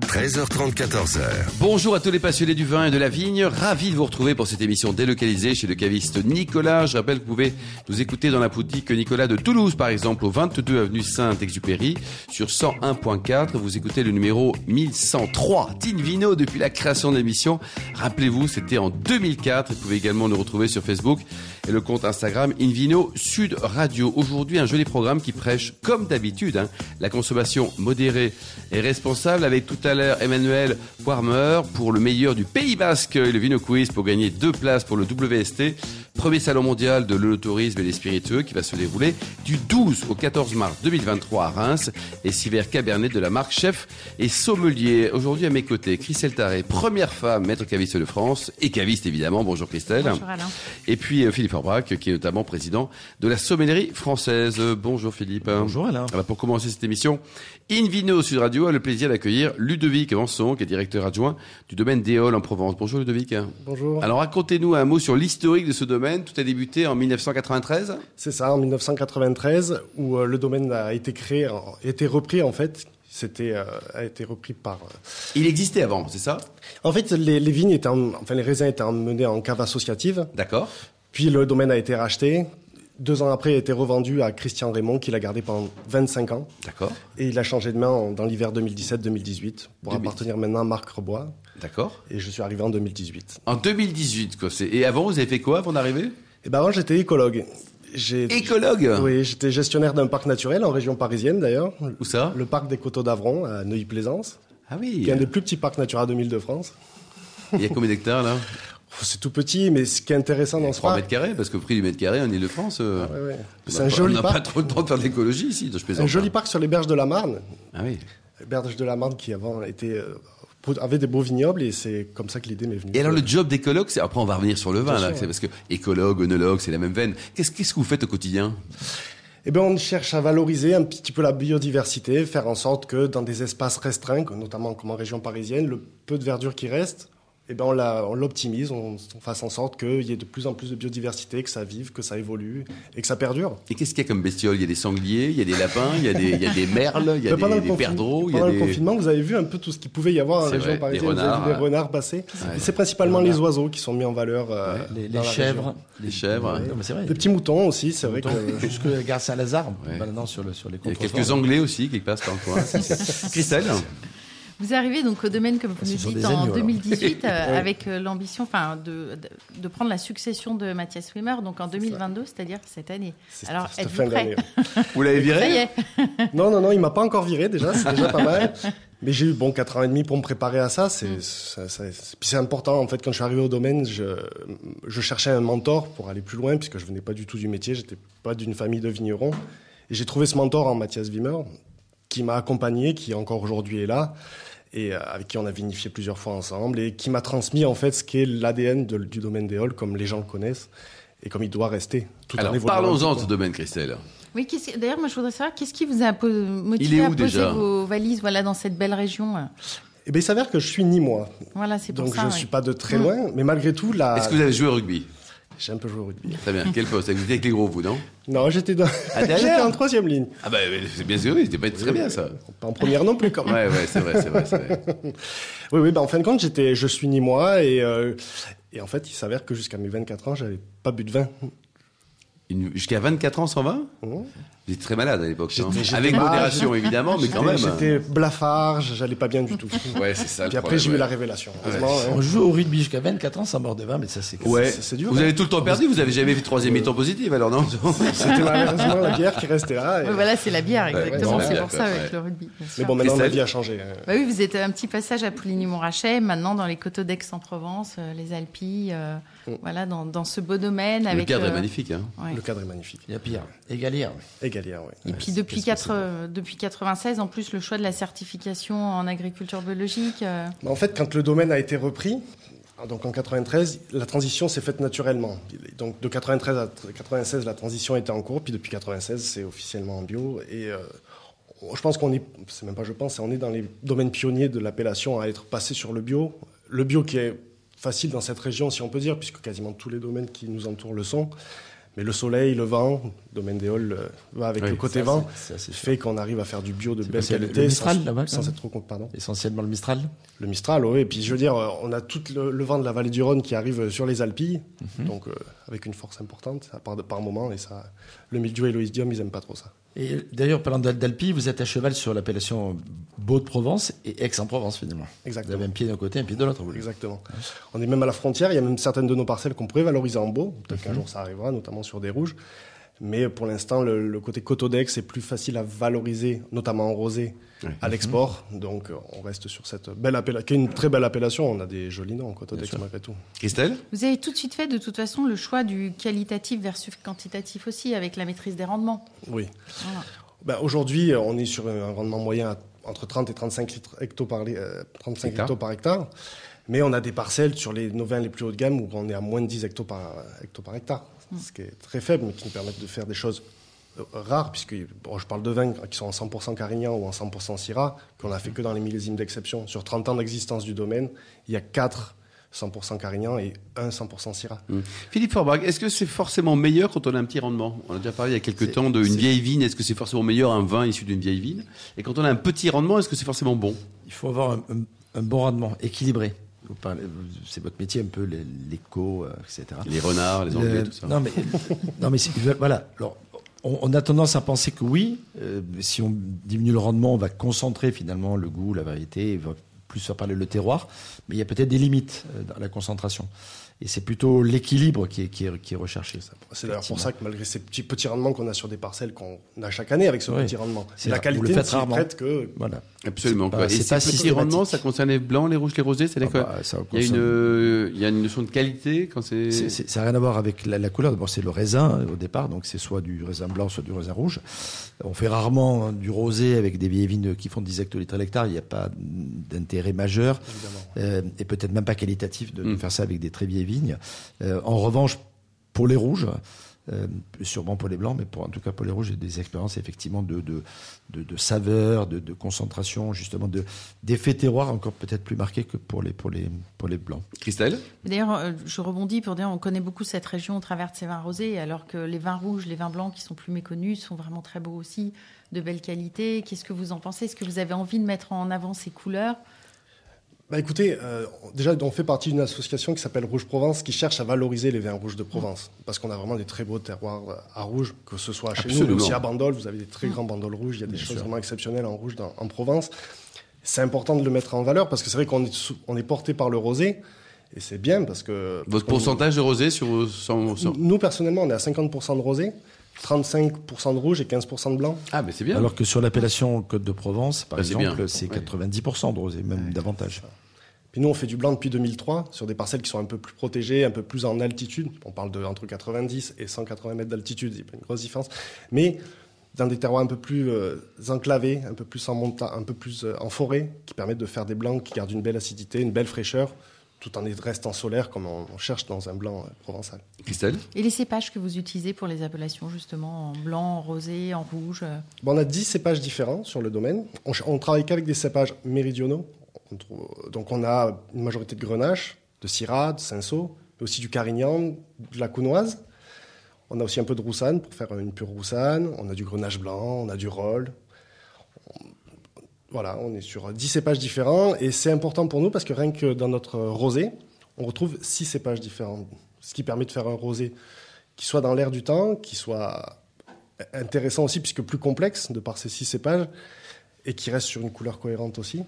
13h30, 14h. Bonjour à tous les passionnés du vin et de la vigne. Ravi de vous retrouver pour cette émission délocalisée chez le caviste Nicolas. Je rappelle que vous pouvez nous écouter dans la boutique Nicolas de Toulouse, par exemple, au 22 avenue Saint-Exupéry, sur 101.4. Vous écoutez le numéro 1103 d'Invino depuis la création de l'émission. Rappelez-vous, c'était en 2004. Vous pouvez également nous retrouver sur Facebook et le compte Instagram Invino Sud Radio. Aujourd'hui, un joli programme qui prêche, comme d'habitude, hein, la consommation modérée et responsable avec tout à l'heure Emmanuel Warmer pour le meilleur du Pays Basque et le Vino Quiz pour gagner deux places pour le WST, premier salon mondial de l'œnotourisme et des spiritueux qui va se dérouler du 12 au 14 mars 2023 à Reims et Siver Cabernet de la marque Chef et Sommelier. Aujourd'hui à mes côtés, Christelle Taré, première femme maître caviste de France et caviste évidemment. Bonjour Christelle. Bonjour Alain. Et puis euh, Philippe Orbrac, qui est notamment président de la sommellerie française. Euh, Bonjour Philippe. Bonjour Alain. Alors, pour commencer cette émission, Invino Sud Radio a le plaisir d'accueillir Ludovic Vanson, qui est directeur adjoint du domaine d'Éole en Provence. Bonjour Ludovic. Bonjour. Alors racontez-nous un mot sur l'historique de ce domaine. Tout a débuté en 1993. C'est ça, en 1993, où euh, le domaine a été créé, en- a été repris en fait. C'était euh, a été repris par. euh, Il existait avant, c'est ça En fait, les, les vignes étaient, en- enfin les raisins étaient emmenés en cave associative. D'accord. Puis le domaine a été racheté. Deux ans après, il a été revendu à Christian Raymond, qui l'a gardé pendant 25 ans. D'accord. Et il a changé de main en- dans l'hiver 2017-2018 pour 2000. appartenir maintenant à Marc Rebois. D'accord. Et je suis arrivé en 2018. En 2018, quoi. c'est- Et avant, vous avez fait quoi avant d'arriver Et ben moi, j'étais écologue. J'ai- Écologue Oui, j'étais gestionnaire d'un parc naturel en région parisienne d'ailleurs. Où ça Le parc des Coteaux d'Avron à Neuilly-Plaisance, Ah oui. qui est un des plus petits parcs Natura 2000 de France. Il y a combien d'hectares là C'est tout petit, mais ce qui est intéressant dans ce 3 parc, mètres carrés, parce que prix du mètre carré en Ile-de-France. euh, Ouais, ouais. on c'est n'a un pas- joli On n'a pas parc, trop le temps de faire de l'écologie ici, je plaisante. un joli parc sur les berges de la Marne. Ah oui. Les berges de la Marne qui avant étaient, euh, avaient des beaux vignobles et c'est comme ça que l'idée m'est venue. Et alors le job d'écologue, c'est- après on va revenir sur le vin, Bien là, sûr, c'est ouais. parce que écologue, onologue, c'est la même veine. Qu'est-ce qu'est-ce que vous faites au quotidien Eh bien, on cherche à valoriser un petit peu la biodiversité, faire en sorte que dans des espaces restreints, que- notamment comme en région parisienne, le peu de verdure qui reste, eh ben, on la- on l'optimise, on, on fasse en sorte qu'il y ait de plus en plus de biodiversité, que ça vive, que ça évolue et que ça perdure. Et qu'est-ce qu'il y a comme bestiole Il y a des sangliers, il y a des lapins, il y a des, il y a des merles, il y a Ben, des, le des confin- perdreaux, il y pendant a le des... confinement, vous avez vu un peu tout ce qu'il pouvait y avoir en C'est région vrai, des parisienne. vous renards, avez vu ouais. des renards passer. Ouais. Et C'est principalement les oiseaux qui sont mis en valeur. euh, Les, les dans la chèvres. région. Les chèvres, ouais. Non, mais c'est vrai. Des petits moutons aussi, c'est vrai que. Moutons, Jusque à la gare Saint-Lazare, Ouais. maintenant sur, le, sur les Il y a contre quelques Anglais aussi qui passent par le coin. Christelle Vous arrivez donc au domaine, comme vous Ce nous sont dites, des en agneaux, alors. 2018, euh, avec euh, l'ambition enfin, de, de- de prendre la succession de Mathias Wimmer, donc en 2022, c'est-à-dire cette année. c'est- Alors, c'est êtes-vous prêt d'année. Vous l'avez Ça y viré est, Non, non, non, il m'a pas encore viré déjà, c'est déjà pas mal. Mais j'ai eu bon 4 ans et demi pour me préparer à ça. C'est ça- ça- c'est- puis c'est important en fait. Quand je suis arrivé au domaine, je, je cherchais un mentor pour aller plus loin puisque je venais pas du tout du métier, j'étais pas d'une famille de vignerons. Et j'ai trouvé ce mentor en Mathias Wimmer qui m'a accompagné, qui encore aujourd'hui est là et euh, avec qui on a vinifié plusieurs fois ensemble et qui m'a transmis en fait ce qu'est l'ADN de- du domaine des halles comme les gens le connaissent et comme il doit rester. Tout en Alors évoluant un parlons-en de petit ce peu. domaine, Christelle. oui, qu'est-ce que- d'ailleurs, moi je voudrais savoir, qu'est-ce qui vous a po- motivé est où, à poser déjà vos valises voilà, dans cette belle région euh. Eh ben il s'avère que je suis ni moi. Voilà, c'est pour Donc ça. je ne ouais. Mm. suis pas de très loin, mais malgré tout, là, Est-ce que vous avez joué au rugby j'ai un peu joué au rugby. Très bien, quel poste Vous étiez avec les gros, vous, non Non, j'étais dans... Ah, derrière j'étais en troisième ligne. Ah bah c'est bien sûr, oui, c'était pas très bien ça. Pas en première non plus quand même. Ouais, ouais, c'est vrai, c'est vrai, c'est vrai. Oui, oui, bah, en fin de compte, j'étais, je suis ni moi, et, euh, et en fait, il s'avère que jusqu'à mes 24 ans, j'avais pas bu de vin. Une- Jusqu'à 24 ans, 120 Mmh. Vous étiez très malade à l'époque, non J'étais- j'étais Avec malade. modération, évidemment, mais quand J'étais- même. hein. J'étais blafard, j'allais pas bien du tout. Ouais, c'est ça. le Puis après, problème, j'ai ouais. eu la révélation. Heureusement, hein. On joue au rugby jusqu'à 24 ans sans mort de vin, mais ça c'est. Ouais. C'est- c'est dur, Vous hein. Euh, avez tout le temps perdu, vous avez jamais fait troisième mi-temps positive, alors non C'était malheureusement la bière qui restait là. et- Ouais, voilà, c'est la bière, ouais, c'est exactement. la c'est bière, pour quoi, ça avec ouais. le rugby. bien Mais sûr. bon, maintenant, ma Christelle vie a changé. hein. Bah oui, vous êtes un petit passage à Pouligny-Montrachet, maintenant dans les coteaux d'Aix-en-Provence, euh, les Alpilles, euh, voilà, dans, dans ce beau domaine. Le avec, cadre euh, est magnifique, hein. ouais. Le cadre est magnifique. Il y a pire. Égalière. Et Galien, oui. Et puis depuis, quatre- euh, depuis 96, en plus, le choix de la certification en agriculture biologique. euh, Bah, En fait, quand le domaine a été repris, donc en 93, la transition s'est faite naturellement. Donc de 93 à 96, la transition était en cours, puis depuis 96, c'est officiellement en bio. Et euh, je pense qu'on est, c'est même pas je pense, on est dans les domaines pionniers de l'appellation à être passé sur le bio. Le bio qui est facile dans cette région, si on peut dire, puisque quasiment tous les domaines qui nous entourent le sont. Mais le soleil, le vent, Domaine des Halles euh, va avec Oui, le côté ça, vent, c'est- ça, c'est sûr. fait qu'on arrive à faire du bio de C'est belle parce qu'il y a le- qualité le Mistral, sans, là-bas, sans quand même. être trop con- pardon. Essentiellement le Mistral. Le Mistral, oui. Et puis, je veux dire, euh, on a tout le, le vent de la vallée du Rhône qui arrive sur les Alpilles, donc euh, avec une force importante à part, par moment. Et ça, le mildiou et l'oïdium, ils aiment pas trop ça. Et d'ailleurs, parlant d'Al- d'Alpi, vous êtes à cheval sur l'appellation Beau-de-Provence et Aix-en-Provence finalement. Vous Exactement. avez un pied d'un côté, un pied de l'autre. vous voulez. Exactement. On est même à la frontière. Il y a même certaines de nos parcelles qu'on pourrait valoriser en beau. Peut-être qu'un jour ça arrivera, notamment sur des rouges. Mais pour l'instant, le, le côté cotodex est plus facile à valoriser, notamment en rosé, à l'export. Donc euh, on reste sur cette belle appellation, qui est une très belle appellation. On a des jolis noms en cotodex malgré tout. Christelle Vous avez tout de suite fait, de toute façon, le choix du qualitatif versus quantitatif aussi, avec la maîtrise des rendements. Oui. Voilà. Ben, Aujourd'hui, euh, on est sur un rendement moyen à- entre 30 et 35 litres hecto par, li- euh, 35 Hectare. hecto par hectare. Mais on a des parcelles sur les, nos vins les plus haut de gamme où on est à moins de 10 hecto par, hecto par hectare, ce qui est très faible, mais qui nous permettent de faire des choses euh, rares, puisque bon, je parle de vins qui sont en 100% Carignan ou en 100% Syrah, qu'on a fait que dans les millésimes d'exception. Sur 30 ans d'existence du domaine, il y a 4 100% Carignan et 1 100% Syrah. Hum. Philippe Forbach, est-ce que c'est forcément meilleur quand on a un petit rendement On a déjà parlé il y a quelques C'est- temps d'une c'est- vieille vigne. Est-ce que c'est forcément meilleur un vin issu d'une vieille vigne Et quand on a un petit rendement, est-ce que c'est forcément bon Il faut avoir un, un- un bon rendement, équilibré. Vous parlez- C'est votre métier un peu, les- l'éco, euh, etc. Les renards, les anglais, Le- tout ça. Euh, Non, mais, non, mais c'est- voilà. Alors, on, on a tendance à penser que oui, euh, si on diminue le rendement, on va concentrer finalement le goût, la variété, et va plus faire parler le terroir. Mais il y a peut-être des limites euh, dans la concentration. Et c'est plutôt l'équilibre qui est, qui est- qui est recherché. C'est d'ailleurs pour ça que malgré ces petits, petits rendements qu'on a sur des parcelles qu'on a chaque année avec ce Oui. petit rendement, C'est la rare. Vous qualité le faites ne s'y rarement. prête que Voilà. Absolument. C'est pas- quoi. Et c'est ces pas petits systématique. rendements, ça concerne les blancs, les rouges, les rosés C'est-à-dire Ah quoi bah, ça Il y, a une, concerne- euh, il y a une notion de qualité quand c'est. C'est- c'est- Ça n'a rien à voir avec la, la couleur. D'abord, c'est le raisin euh, au départ, donc c'est soit du raisin blanc, soit du raisin rouge. On fait rarement hein, du rosé avec des vieilles vignes qui font 10 hectolitres à l'hectare. Il n'y a pas d'intérêt majeur Euh, et peut-être même pas qualitatif de, de Mm. faire ça avec des très vieilles vignes. Euh, en revanche, pour les rouges. euh, sûrement pour les blancs, mais pour, en tout cas pour les rouges, j'ai des expériences effectivement de, de, de, de saveur, de, de concentration, justement de- d'effet terroir encore peut-être plus marqué que pour les, pour les, pour les blancs. Christelle D'ailleurs, euh, je rebondis pour dire, on connaît beaucoup cette région au travers de ces vins rosés, alors que les vins rouges, les vins blancs qui sont plus méconnus sont vraiment très beaux aussi, de belle qualité. Qu'est-ce que vous en pensez Est-ce que vous avez envie de mettre en avant ces couleurs Bah écoutez, euh, déjà on fait partie d'une association qui s'appelle Rouge Provence qui cherche à valoriser les vins rouges de Provence Mmh. parce qu'on a vraiment des très beaux terroirs euh, à rouge, que ce soit chez nous Absolument. mais aussi à Bandol, vous avez des Mmh. très grands bandoles rouges, il y a des choses vraiment exceptionnelles en rouge dans- en Provence. C'est important de le mettre en valeur parce que c'est vrai qu'on est, sous- on est porté par le rosé et c'est bien parce que Votre parce qu'on- pourcentage de rosé sur 100, Nous personnellement on est à 50% de rosé, 35% de rouge et 15% de blanc. Ah, mais c'est bien. Alors que sur l'appellation Côte de Provence, par Bah, c'est bien. exemple, c'est Ouais. 90% de rosé, même davantage. Puis nous, on fait du blanc depuis 2003 sur des parcelles qui sont un peu plus protégées, un peu plus en altitude. On parle de entre 90 et 180 mètres d'altitude, il y a pas une grosse différence. Mais dans des terroirs un peu plus euh, enclavés, un peu plus en montagne, un peu plus euh, en forêt, qui permettent de faire des blancs qui gardent une belle acidité, une belle fraîcheur, tout en restant solaire comme on, on cherche dans un blanc euh, provençal. Christelle et les cépages que vous utilisez pour les appellations, justement, en blanc, en rosé, en rouge euh. Bon, on a 10 cépages différents sur le domaine. On, ch- on travaille qu'avec des cépages méridionaux. On trouve- donc on a une majorité de grenache, de syrah, de cinsault, mais aussi du carignan, de la counoise. On a aussi un peu de roussanne pour faire une pure roussanne. On a du grenache blanc, on a du roll. On- Voilà, on est sur 10 cépages différents et c'est important pour nous parce que rien que dans notre rosé, on retrouve 6 cépages différents, ce qui permet de faire un rosé qui soit dans l'air du temps, qui soit intéressant aussi puisque plus complexe de par ces six cépages et qui reste sur une couleur cohérente aussi.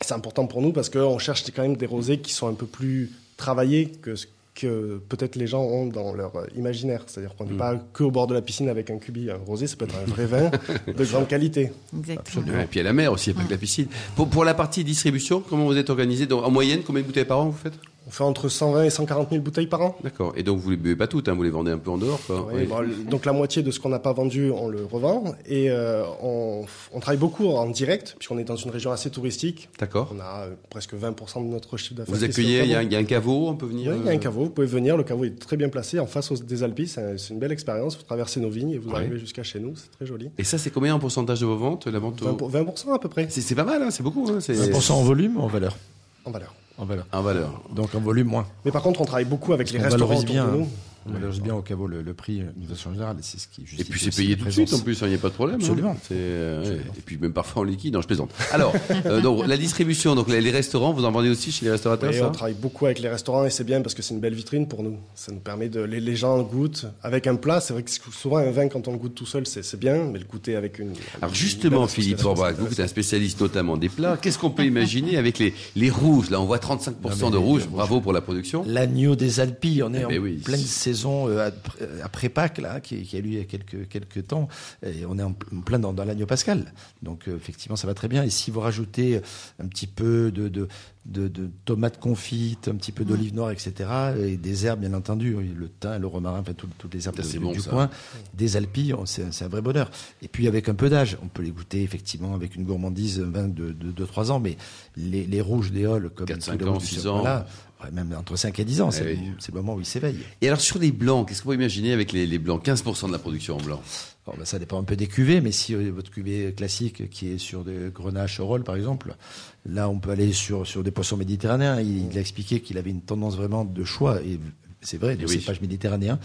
C'est important pour nous parce qu'on cherche quand même des rosés qui sont un peu plus travaillés que ce que peut-être les gens ont dans leur euh, imaginaire. C'est-à-dire qu'on n'est pas que au bord de la piscine avec un cubi. Un rosé, ça peut être un vrai vin de grande qualité. Exactement. Et puis à la mer aussi, il n'y a pas que la piscine. Pour, pour la partie distribution, comment vous êtes organisé Donc, En moyenne, combien de bouteilles par an vous faites On fait entre 120 et 140 000 bouteilles par an. D'accord. Et donc vous ne les buvez pas toutes, hein, vous les vendez un peu en dehors quoi. Oui, Ouais. bon, le- donc la moitié de ce qu'on n'a pas vendu, on le revend. Et euh, on, f- on travaille beaucoup en direct puisqu'on est dans une région assez touristique. D'accord. On a euh, presque 20% de notre chiffre d'affaires. Vous qui est sur le accueillez, il y, a- Cameroun. il y a un caveau, on peut venir. Oui, il y a euh, un caveau, vous pouvez venir, le caveau est très bien placé en face aux- des Alpilles, c'est un- c'est une belle expérience, vous traversez nos vignes et vous Ouais. arrivez jusqu'à chez nous, c'est très joli. Et ça, c'est combien en pourcentage de vos ventes la vente au- 20%, 20% à peu près c'est, c'est pas mal, hein, c'est beaucoup. Hein, c'est... 1% en volume ou en valeur en valeur. En valeur. En valeur. Donc en volume, moins. Mais par contre, on travaille beaucoup avec les qu'on restaurants valorise autour bien, de nous. hein. On balance bien au caveau le, le prix, euh, de façon générale. et C'est ce qui Et justifie puis c'est aussi payé la tout de suite en présence. plus, il n'y a pas de problème. hein. Absolument. C'est, euh, ouais. Absolument. Et puis même parfois en liquide, non, je plaisante. Alors, euh, donc, la distribution, donc les les restaurants, vous en vendez aussi chez les restaurateurs Oui, ça on travaille beaucoup avec les restaurants et c'est bien parce que c'est une belle vitrine pour nous. Ça nous permet de. Les, les gens goûtent avec un plat. C'est vrai que souvent, un vin, quand on le goûte tout seul, c'est c'est bien, mais le goûter avec une. Alors une justement, belle Philippe association, Orbach, vous c'est qui êtes un intéressant. spécialiste notamment des plats, qu'est-ce qu'on peut imaginer avec les, les rouges Là, on voit 35% Non, de mais les- rouge, les rouges. bravo pour la production. L'agneau des Alpilles, on est Eh en ben oui. pleine saison euh, après- euh, après Pâques, là, qui, qui a lieu il y a quelques, quelques temps, et on est en pl- en plein dans, dans l'agneau pascal. Donc euh, effectivement, ça va très bien. Et si vous rajoutez euh, un petit peu de, de, de, de tomates confites, un petit peu d'olive noire, etc., et des herbes, bien entendu, oui, le thym, le romarin, enfin tout- toutes les herbes Ça, de- c'est du, bon, du ça. coin, des Alpilles, on- c'est un- c'est un vrai bonheur. Et puis avec un peu d'âge, on peut les goûter effectivement avec une gourmandise un vin de 2-3 ans, mais les, les rouges d'éole, comme Quatre, tous cinq les ans, rouges du six Sirop, ans. voilà, Ouais, même entre 5 et 10 ans, c'est Eh le- oui. c'est le moment où il s'éveille. Et alors sur les blancs, qu'est-ce qu'on peut imaginer avec les, les blancs 15% de la production en blanc. Alors, bah, ça dépend un peu des cuvées, mais si euh, votre cuvée classique qui est sur des grenaches au rôle, par exemple, là on peut aller sur, sur des poissons méditerranéens. Il, il a expliqué qu'il avait une tendance vraiment de choix, et c'est vrai, de Eh oui. cépage méditerranéen.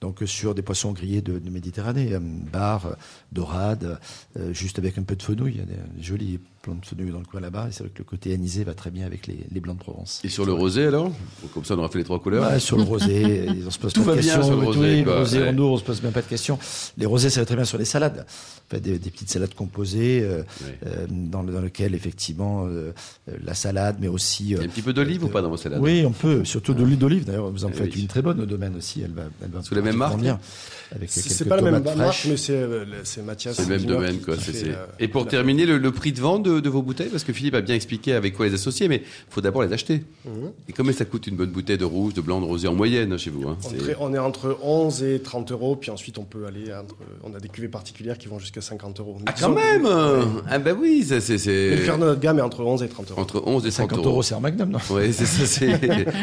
Donc euh, sur des poissons grillés de, de Méditerranée, euh, bar, euh, dorade, euh, juste avec un peu de fenouil. Il y a des jolis plants de fenouil dans le coin là-bas, et c'est vrai que le côté anisé va très bien avec les, les blancs de Provence. Et sur le rosé alors Comme ça, on aura fait les trois couleurs. Ouais, Bah, sur le rosé, on se pose Tout pas va de bien questions. sur le Oui, rosé, oui, quoi. rosé Ouais. en eau, on se pose même pas de questions. Les rosés, ça va très bien sur les salades. Enfin, des, des petites salades composées euh, Ouais. euh, dans, le- dans lesquelles, effectivement, euh, euh, la salade, mais aussi... Il y euh, a un petit peu d'olive euh, ou pas dans vos salades Oui, on peut. Surtout de l'huile d'olive, d'ailleurs. Vous en Eh faites oui. une très bonne au domaine aussi. Elle va, elle va Sous la même parfaitement marque bien, Avec C'est quelques c'est pas la même tomates marque, fraîches. mais c'est euh, le- c'est Mathias. C'est le même Dimmer domaine, qui- quoi. qui c'est- fait c'est- la- Et pour la- terminer, le, le prix de vente de, de vos bouteilles, parce que Philippe a bien expliqué avec quoi les associer, mais il faut d'abord les acheter. Mhm. Et combien ça coûte une bonne bouteille de rouge, de blanc, de rosé en moyenne hein, chez vous hein, On c'est- est- On est entre 11 et 30 euros, puis ensuite on peut aller. entre- on a des cuvées particulières qui vont jusqu'à 50 euros. Ah, quand même Ah, bah oui, ça, c'est. Mais c'est- le cœur de notre gamme est entre 11 et 30 euros. Entre 11 et 30 50 euros. euros, c'est un magnum, non Oui, c'est ça, c'est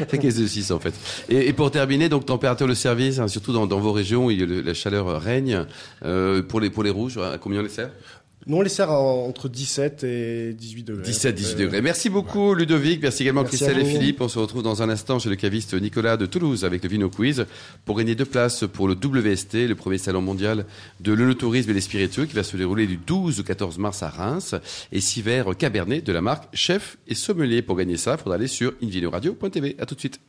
c'est caisse de 6 en fait. Et, et pour terminer, donc température de service, hein, surtout dans, dans vos régions où il y a le- la chaleur règne, euh, pour, les, pour les rouges, à combien on les sert Nous, on les sert à- entre 17 et 18 degrés. 17, 18 Euh, degrés. Merci beaucoup Ludovic, merci également Merci Christelle à et vous. Philippe. On se retrouve dans un instant chez le caviste Nicolas de Toulouse avec le Vino Quiz pour gagner deux places pour le WST, le premier salon mondial de l'œnotourisme et des spiritueux qui va se dérouler du 12 au 14 mars à Reims et six verres Cabernet de la marque Chef et Sommelier. Pour gagner ça, il faudra aller sur invinoradio.tv. À tout de suite.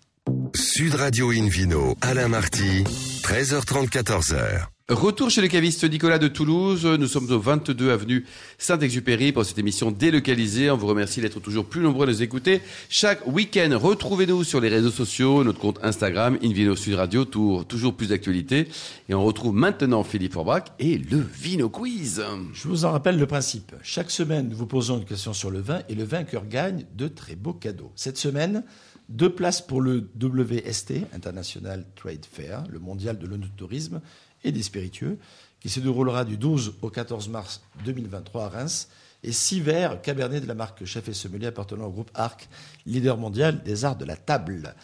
Sud Radio Invino, Alain Marty, 13h30, 14h. Retour chez le caviste Nicolas de Toulouse. Nous sommes au 22 avenue Saint-Exupéry pour cette émission délocalisée. On vous remercie d'être toujours plus nombreux à nous écouter chaque week-end. Retrouvez-nous sur les réseaux sociaux, notre compte Instagram, Invino Sud Radio, tour- toujours plus d'actualité. Et on retrouve maintenant Philippe Forbach et le Vino Quiz. Je vous en rappelle le principe. Chaque semaine, nous vous posons une question sur le vin et le vainqueur gagne de très beaux cadeaux. Cette semaine, deux places pour le WST, International Trade Fair, le mondial de l'onotourisme et des spiritueux, qui se déroulera du 12 au 14 mars 2023 à Reims, et six verres Cabernet de la marque Chef et Sommelier appartenant au groupe ARC, leader mondial des arts de la table.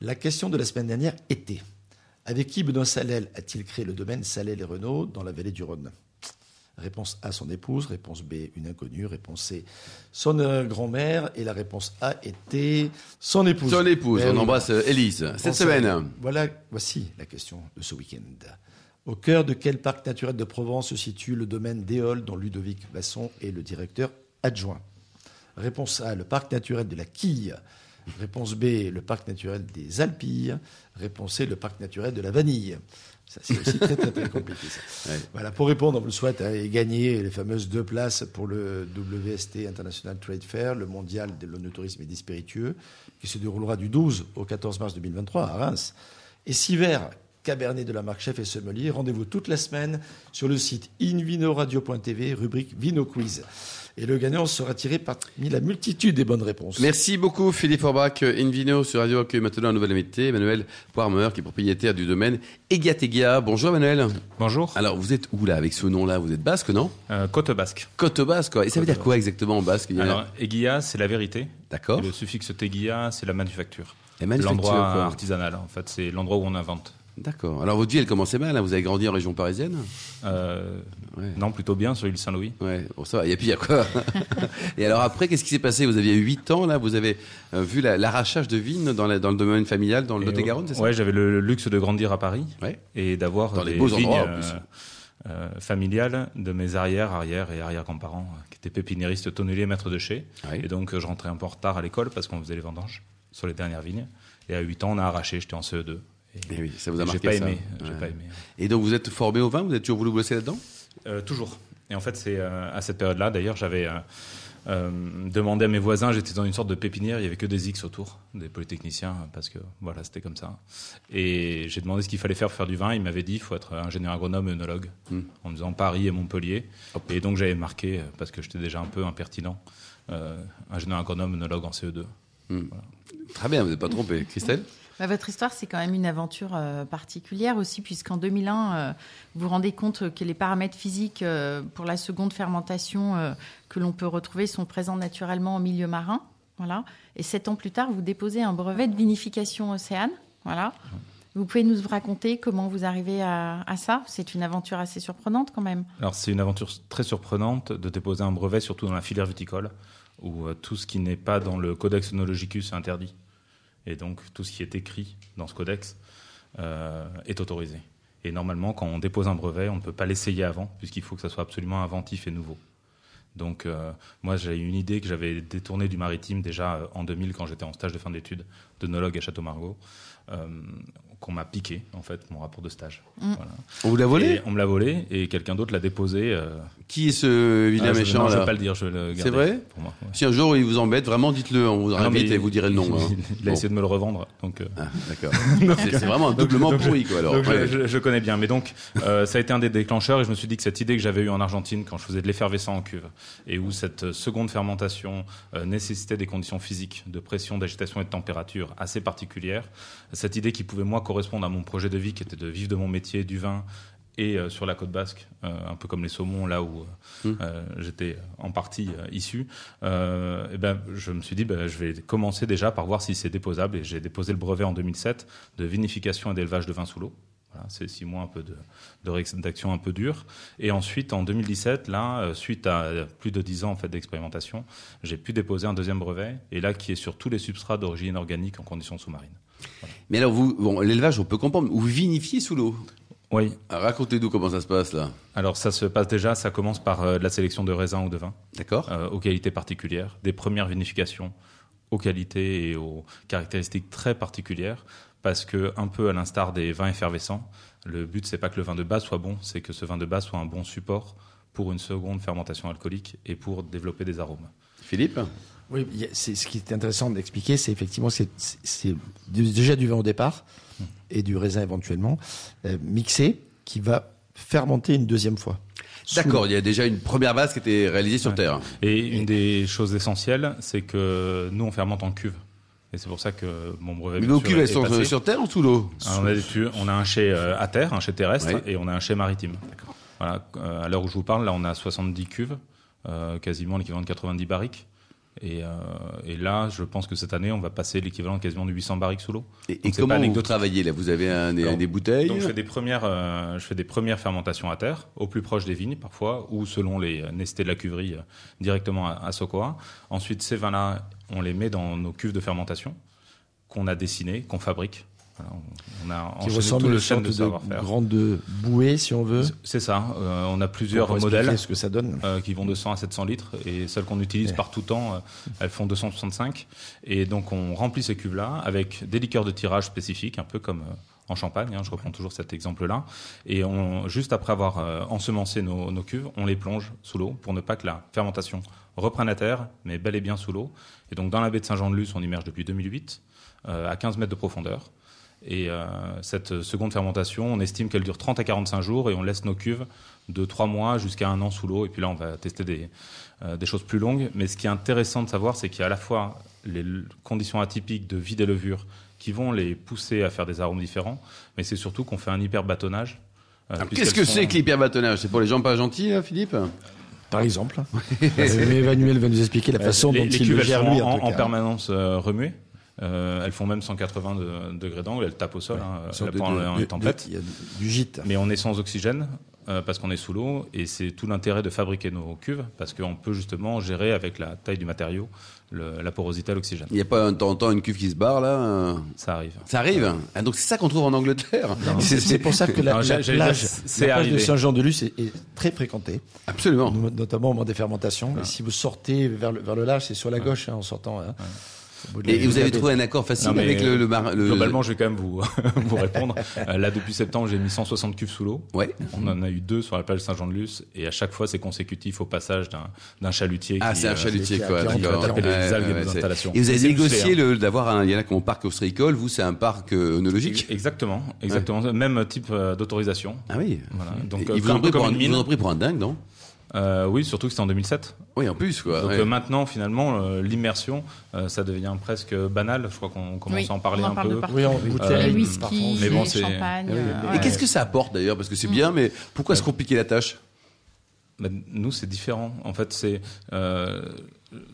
La question de la semaine dernière était avec qui Benoît Salel a-t-il créé le domaine Salel et Renault dans la vallée du Rhône Réponse A, son épouse. Réponse B, une inconnue. Réponse C, son euh, grand-mère. Et la réponse A était son épouse. Son épouse, Eh on oui. embrasse euh, Élise. Cette Pensez- semaine. Voilà, voici la question de ce week-end. Au cœur de quel parc naturel de Provence se situe le domaine d'Éole, dont Ludovic Vasson est le directeur adjoint Réponse A, le parc naturel de la Quille. Réponse B, le parc naturel des Alpilles. Réponse C, le parc naturel de la Vanille. Ça, c'est aussi très, très, très compliqué. ça. Ouais. Voilà, pour répondre, on vous le souhaite, hein, et gagner les fameuses deux places pour le WST International Trade Fair, le mondial de l'onotourisme et des spiritueux, qui se déroulera du 12 au 14 mars 2023 à Reims. Et Siver, Cabernet de la marque Chef et Sommelier, rendez-vous toute la semaine sur le site invinoradio.tv, rubrique Vino Quiz. Et le gagnant sera tiré parmi la multitude des bonnes réponses. Merci beaucoup Philippe Orbach, Invino sur Radio accueille maintenant un nouvel invité, Emmanuel Poirmer, qui est propriétaire du domaine Egategia. Bonjour Emmanuel. Bonjour. Alors vous êtes où là avec ce nom-là Vous êtes basque, non Euh, Côte basque. Côte basque, quoi. Et ça veut dire quoi exactement en basque Il y en a- Alors, Eguilla, c'est la vérité. D'accord. Et Le suffixe teguilla, c'est la manufacture. La manufacture, L'endroit quoi. artisanal, en fait. C'est l'endroit où on invente. D'accord. Alors votre vie, elle commençait mal. hein. Vous avez grandi en région parisienne. Euh, Ouais. Non, plutôt bien sur l'île Saint-Louis. Ouais, bon, ça va. Et puis, il y a quoi Et alors, après, qu'est-ce qui s'est passé Vous aviez 8 ans, là, vous avez euh, vu la- l'arrachage de vignes dans, la- dans le domaine familial, dans le Et, Lot-et-Garonne, c'est ça Ouais, j'avais le luxe de grandir à Paris Ouais. et d'avoir Dans les des beaux vignes endroits, en plus. euh, familiales de mes arrières, arrières et arrière-grands-parents euh, qui étaient pépiniéristes, tonneliers, maîtres de chez. Ouais. Et donc, euh, je rentrais un peu en retard à l'école parce qu'on faisait les vendanges sur les dernières vignes. Et à 8 ans, on a arraché, j'étais en CE2. Eh oui, ça vous a j'ai marqué, pas ça. aimé, j'ai Ouais. pas aimé. Et donc, vous êtes formé au vin Vous avez toujours voulu bosser là-dedans Euh, toujours. Et en fait, c'est euh, à cette période-là, d'ailleurs, j'avais euh, euh, demandé à mes voisins, j'étais dans une sorte de pépinière, il y avait que des X autour, des polytechniciens, parce que voilà, c'était comme ça. Et j'ai demandé ce qu'il fallait faire pour faire du vin, il m'avait dit, il faut être ingénieur agronome, œnologue, Hmm. en me disant Paris et Montpellier. Et donc j'avais marqué, euh, parce que j'étais déjà un peu impertinent, euh, ingénieur agronome, œnologue en E CE2. Très bien, vous n'êtes pas trompé. Christelle Bah, votre histoire, c'est quand même une aventure euh, particulière aussi, puisqu'en 2001, euh, vous vous rendez compte que les paramètres physiques euh, pour la seconde fermentation euh, que l'on peut retrouver sont présents naturellement en milieu marin. Voilà. Et sept ans plus tard, vous déposez un brevet de vinification océane. Voilà. Vous pouvez nous raconter comment vous arrivez à, à ça C'est une aventure assez surprenante quand même. Alors c'est une aventure très surprenante de déposer un brevet, surtout dans la filière viticole, où euh, tout ce qui n'est pas dans le codex oenologicus est interdit. Et donc tout ce qui est écrit dans ce codex euh, est autorisé. Et normalement, quand on dépose un brevet, on ne peut pas l'essayer avant, puisqu'il faut que ça soit absolument inventif et nouveau. Donc euh, moi, j'ai eu une idée que j'avais détournée du maritime déjà euh, en 2000, quand j'étais en stage de fin d'études d'œnologue à Château-Margaux, euh, qu'on m'a piqué, en fait, mon rapport de stage. Mm. Voilà. On vous l'a volé Et on me l'a volé et quelqu'un d'autre l'a déposé. euh, Qui est ce vilain ah, je- méchant non, je là vais pas le dire, je vais le garder. C'est vrai Pour moi. ouais. Si un jour il vous embête, vraiment dites-le. On vous Ah non, mais invite et il- vous direz le nom. Il, hein. il a Bon. essayé de me le revendre, donc. euh, Ah, D'accord. C'est c'est vraiment doublement donc je- pourri, quoi. Alors, donc je- Ouais. je, je connais bien, mais donc euh, ça a été un des déclencheurs et je me suis dit que cette idée que j'avais eue en Argentine quand je faisais de l'effervescent en cuve et où cette euh, seconde fermentation euh, nécessitait des conditions physiques de pression, d'agitation et de température assez particulières, cette idée qui pouvait moi correspondre à mon projet de vie qui était de vivre de mon métier, du vin et euh, sur la côte basque, euh, un peu comme les saumons là où euh, Mm. euh, j'étais en partie euh, issu, euh, eh ben, je me suis dit ben, je vais commencer déjà par voir si c'est déposable et j'ai déposé le brevet en 2007 de vinification et d'élevage de vin sous l'eau. Voilà, c'est six mois un peu de, de ré- d'action un peu dure. Et ensuite, en 2017, là, euh, suite à euh, plus de dix ans en fait, d'expérimentation, j'ai pu déposer un deuxième brevet, et là, qui est sur tous les substrats d'origine organique en conditions sous-marines. Mais alors, vous, bon, l'élevage, on peut comprendre. Vous vinifiez sous l'eau. Oui, Alors, Racontez-nous comment ça se passe là. alors ça se passe déjà, ça commence par euh, de la sélection de raisins ou de vins D'accord euh, aux qualités particulières, des premières vinifications aux qualités et aux caractéristiques très particulières, parce que un peu à l'instar des vins effervescents, le but c'est pas que le vin de base soit bon, c'est que ce vin de base soit un bon support pour une seconde fermentation alcoolique et pour développer des arômes. Philippe Oui, il y a- c'est ce qui est intéressant d'expliquer, c'est effectivement c'est c'est- c'est du- déjà du vin au départ et du raisin éventuellement euh, mixé qui va fermenter une deuxième fois. Sous- D'accord, il y a déjà une première base qui était réalisée sur Ouais. Terre. Et une des choses essentielles, c'est que nous on fermente en cuve, et c'est pour ça que mon brevet. Mais bien vos sûr, cuves, est- elles est sont euh, passé. sur Terre ou sous l'eau Ah, on, a des tu- on a un chai euh, à terre, un chai terrestre Ouais. et on a un chai maritime. Voilà, euh, à l'heure où je vous parle, là, on a 70 cuves, euh, quasiment l'équivalent de 90 barriques. Et, euh, et là, je pense que cette année, on va passer l'équivalent quasiment de 800 barriques sous l'eau. Et, et Donc, c'est comment pas vous anecdotique. travaillez là Vous avez un- des, Alors, des bouteilles Donc je fais des premières, euh, je fais des premières fermentations à terre, au plus proche des vignes parfois, ou selon les euh, nécessités de la cuverie, euh, directement à, à Sokoa. Ensuite, ces vins-là, on les met dans nos cuves de fermentation qu'on a dessinées, qu'on fabrique. Voilà, on, on a qui enchaîné ressemble tout à le une chaîne sorte de de savoir-faire. grande bouée, si on veut. C'est ça. euh, on a plusieurs pour expliquer modèles ce que ça donne. euh, qui vont de 100 à 700 litres et celles qu'on utilise Ouais. par tout temps, euh, elles font 265. Et donc on remplit ces cuves-là avec des liqueurs de tirage spécifiques, un peu comme euh, en Champagne. hein, je reprends toujours cet exemple-là. Et on, juste après avoir euh, ensemencé nos, nos cuves, on les plonge sous l'eau pour ne pas que la fermentation reprenne à terre, mais bel et bien sous l'eau. Et donc dans la baie de Saint-Jean-de-Luz, on immerge depuis 2008 euh, à 15 mètres de profondeur. Et euh, cette seconde fermentation, on estime qu'elle dure 30 à 45 jours et on laisse nos cuves de 3 mois jusqu'à un an sous l'eau. Et puis là, on va tester des, euh, des choses plus longues. Mais ce qui est intéressant de savoir, c'est qu'il y a à la fois les l- conditions atypiques de vie des levures qui vont les pousser à faire des arômes différents, mais c'est surtout qu'on fait un hyper bâtonnage. euh, Alors, puisqu'elles Qu'est-ce que sont- c'est que l'hyperbâtonnage C'est pour les gens pas gentils, là, Philippe Par exemple, Euh, Emmanuel va nous expliquer la façon les, dont les il cuves, le elles gère sont lui en, en, tout en cas. permanence euh, remuées. Euh, elles font même 180 de- degrés d'angle, elles tapent au sol, hein, Une elles sorte la de- prennent de- en de- une tempête. de- il y a du gîte. Mais on est sans oxygène euh, parce qu'on est sous l'eau et c'est tout l'intérêt de fabriquer nos cuves parce qu'on peut justement gérer avec la taille du matériau le- la porosité à l'oxygène. Il n'y a pas de temps en temps une cuve qui se barre là euh, Ça arrive. Ça arrive. Ah, donc c'est ça qu'on trouve en Angleterre. C'est c'est pour ça que la, Non, j'ai- la j'ai- plage, c'est la plage de arrivé. Saint-Jean-de-Luz est, est très fréquentée, Absolument. no- notamment au moment des fermentations. Ah. Et si vous sortez vers le, vers le large, c'est sur la gauche hein, en sortant. hein, au bout de la- Et, et vous avez de la- trouvé un accord facile Non, mais avec le, le, mar- Euh, le- Globalement, je vais quand même vous, vous répondre. Euh, Là, depuis septembre, j'ai mis 160 cuves sous l'eau. Ouais. On en a eu deux sur la plage Saint-Jean-de-Luz et à chaque fois, c'est consécutif au passage d'un d'un chalutier. Ah, qui, c'est un euh, chalutier, qui a- quoi. qui a d'accord. retapé les Ouais, algues ouais, et les c'est- installations. Et vous avez C'est musclé, négocié hein. le- d'avoir un. Il y en a qui ont parc ostréicole, vous, c'est un parc euh, œnologique. Exactement, exactement. Même type euh, d'autorisation. Ah oui. Voilà. Donc, Donc, euh, ils vous comme- ont pris comme pour un- une ils vous mine. ont pris pour un dingue, non Euh, oui, surtout que c'était en 2007. Oui, en plus, quoi. Donc Bah ouais. euh, maintenant, finalement, euh, l'immersion, euh, ça devient presque banal. Je crois qu'on commence Oui, à en parler on en un parle de peu. partout. Euh, Oui, en Euh, Les bouteille, parfois, on- whisky, mais bon, les c'est- Ah champagnes. oui. euh, Et ouais. qu'est-ce que ça apporte d'ailleurs Parce que c'est bien, mais pourquoi se compliquer la tâche Bah, nous, c'est différent. En fait, c'est. euh,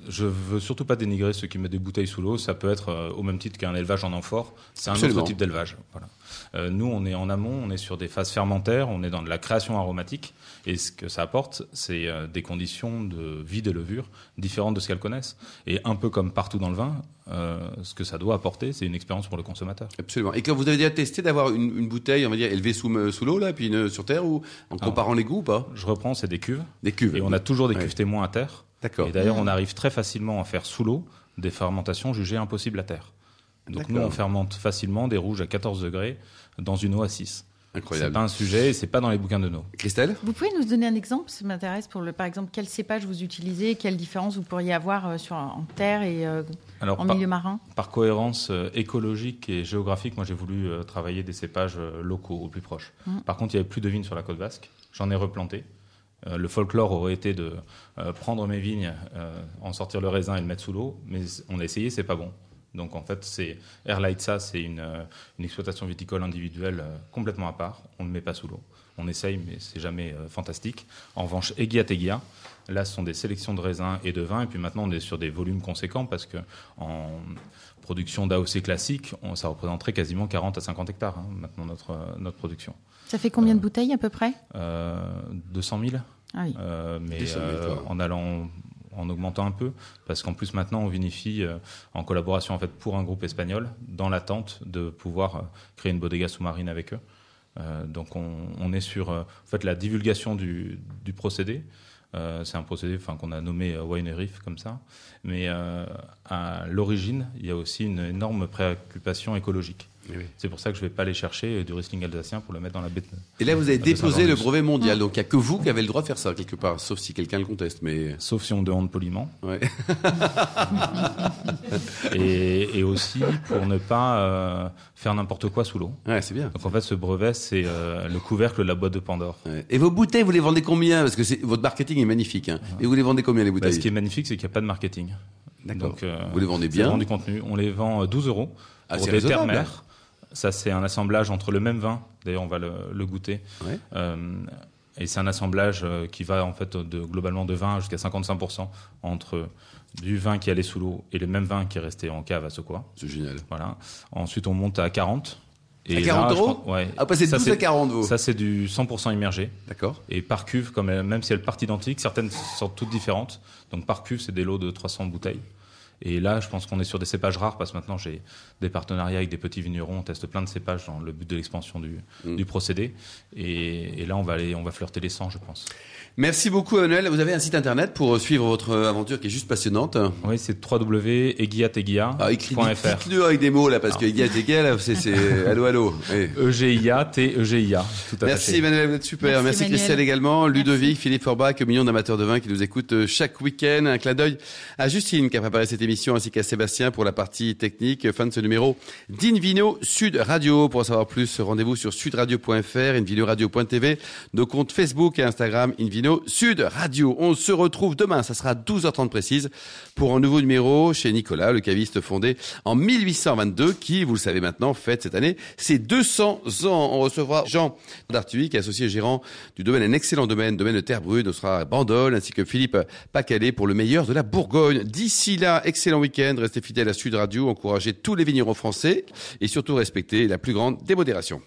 je veux surtout pas dénigrer ceux qui mettent des bouteilles sous l'eau. Ça peut être euh, au même titre qu'un élevage en amphore. C'est un Absolument. autre type d'élevage. Voilà. Euh, nous, on est en amont, on est sur des phases fermentaires, on est dans de la création aromatique. Et ce que ça apporte, c'est euh, des conditions de vie des levures différentes de ce qu'elles connaissent. Et un peu comme partout dans le vin, euh, ce que ça doit apporter, c'est une expérience pour le consommateur. Absolument. Et quand vous avez déjà testé d'avoir une, une bouteille, on va dire, élevée sous, me- sous l'eau, là, puis une sur terre, ou en comparant les goûts ou pas Je reprends, c'est des cuves. Des cuves. Ah. Et on a toujours des Ouais. cuves témoins à terre. D'accord. Et d'ailleurs, on arrive très facilement à faire sous l'eau des fermentations jugées impossibles à terre. Donc D'accord. nous, on fermente facilement des rouges à 14 degrés dans une eau à 6. C'est Incroyable. pas un sujet, et c'est pas dans les bouquins de nos. Christelle Vous pouvez nous donner un exemple, ça m'intéresse, pour le, par exemple, quel cépage vous utilisez, quelle différence vous pourriez avoir euh, sur, en terre et euh, Alors, en par, milieu marin par cohérence euh, écologique et géographique, moi j'ai voulu euh, travailler des cépages euh, locaux au plus proche. Mm. Par contre, il n'y avait plus de vignes sur la côte basque. J'en ai replanté. Euh, le folklore aurait été de euh, prendre mes vignes, euh, en sortir le raisin et le mettre sous l'eau, mais c- on a essayé, c'est pas bon. Donc en fait, c'est Erlaitza, c'est une, euh, une exploitation viticole individuelle euh, complètement à part. On ne le met pas sous l'eau. On essaye, mais c'est jamais euh, fantastique. En revanche, Egia Tegia, là, ce sont des sélections de raisins et de vins. Et puis maintenant, on est sur des volumes conséquents parce que en production d'AOC classique, on- ça représenterait quasiment 40 à 50 hectares, hein, maintenant, notre, euh, notre production. Ça fait combien de bouteilles à peu près Euh, 200 000 Ah oui. euh, mais 200 000, euh, quoi. en allant en augmentant un peu parce qu'en plus maintenant on vinifie euh, en collaboration en fait pour un groupe espagnol dans l'attente de pouvoir euh, créer une bodega sous-marine avec eux Euh, donc on, on est sur euh, en fait la divulgation du, du procédé Euh, c'est un procédé enfin qu'on a nommé euh, wine reef comme ça mais euh, à l'origine il y a aussi une énorme préoccupation écologique c'est pour ça que je vais pas aller chercher euh, du riesling alsacien pour le mettre dans la bête Et là, vous avez Ah, déposé c'est le un brevet mondial, donc il n'y a que vous qui avez le droit de faire ça, quelque part, sauf si quelqu'un le conteste, mais... sauf si on demande poliment Ouais. et, et aussi pour ne pas euh, faire n'importe quoi sous l'eau. Ouais, c'est bien. Donc en fait, ce brevet, c'est euh, le couvercle de la boîte de Pandore. Ouais. Et vos bouteilles, vous les vendez combien Parce que c'est- votre marketing est magnifique. Hein. Et vous les vendez combien les Bah, bouteilles ce qui est magnifique, c'est qu'il n'y a pas de marketing. D'accord. Donc, euh, Vous les vendez ça bien vend du contenu. On les vend euh, 12 euros Ah, pour c'est des raisonnable. terres-mères. Ça, c'est un assemblage entre le même vin. D'ailleurs, on va le, le goûter. Ouais. Euh, et c'est un assemblage euh, qui va en fait de, globalement de 20 jusqu'à 55% entre du vin qui allait sous l'eau et le même vin qui est resté en cave à Secoua. C'est génial. Voilà. Ensuite, on monte à 40. À 40 je euros pense- ouais. Ah, passez de Ça, 12 c'est- à 40, vous. Ça, c'est du 100% immergé. D'accord. Et par cuve, comme elles- même si elles partent identiques, certaines sont toutes différentes. Donc par cuve, c'est des lots de 300 bouteilles. Et là, je pense qu'on est sur des cépages rares parce que maintenant j'ai des partenariats avec des petits vignerons. On teste plein de cépages dans le but de l'expansion du, Mm. du procédé. Et, et là, on va aller, on va flirter les 100, je pense. Merci beaucoup, Emmanuel. Vous avez un site internet pour euh, suivre votre aventure qui est juste passionnante. Oui, c'est www.eguillateguilla.fr. Mm. Ah, écrit, dites-le avec des mots, là, Ah. parce que Egal, Egal, c'est, c'est, allô, allô. Oui. E E-G-I-A-T-E-G-I-A. Tout à Merci Emmanuel, vous êtes super. Merci, Merci, Emmanuel. Christelle également, Merci. Ludovic, Philippe Forbach, millions d'amateurs de vin qui nous écoutent euh, chaque week-end. Un clin d'œil à Justine qui a préparé cette émission ainsi qu'à Sébastien pour la partie technique. Fin de ce numéro d'Invino Sud Radio. Pour en savoir plus, rendez-vous sur sudradio.fr, invinoradio.tv, nos comptes Facebook et Instagram Invino Sud Radio. On se retrouve demain, ça sera 12h30 précise pour un nouveau numéro chez Nicolas, le caviste fondé en 1822 qui, vous le savez maintenant, fête cette année ses 200 ans. On recevra Jean d'Artuy qui est associé gérant du domaine, un excellent domaine, domaine de terre brune. On sera à Bandol ainsi que Philippe Pacalet pour le meilleur de la Bourgogne. D'ici là, excellent excellent week-end. Restez fidèles à Sud Radio, encouragez tous les vignerons français et surtout respectez la plus grande démodération.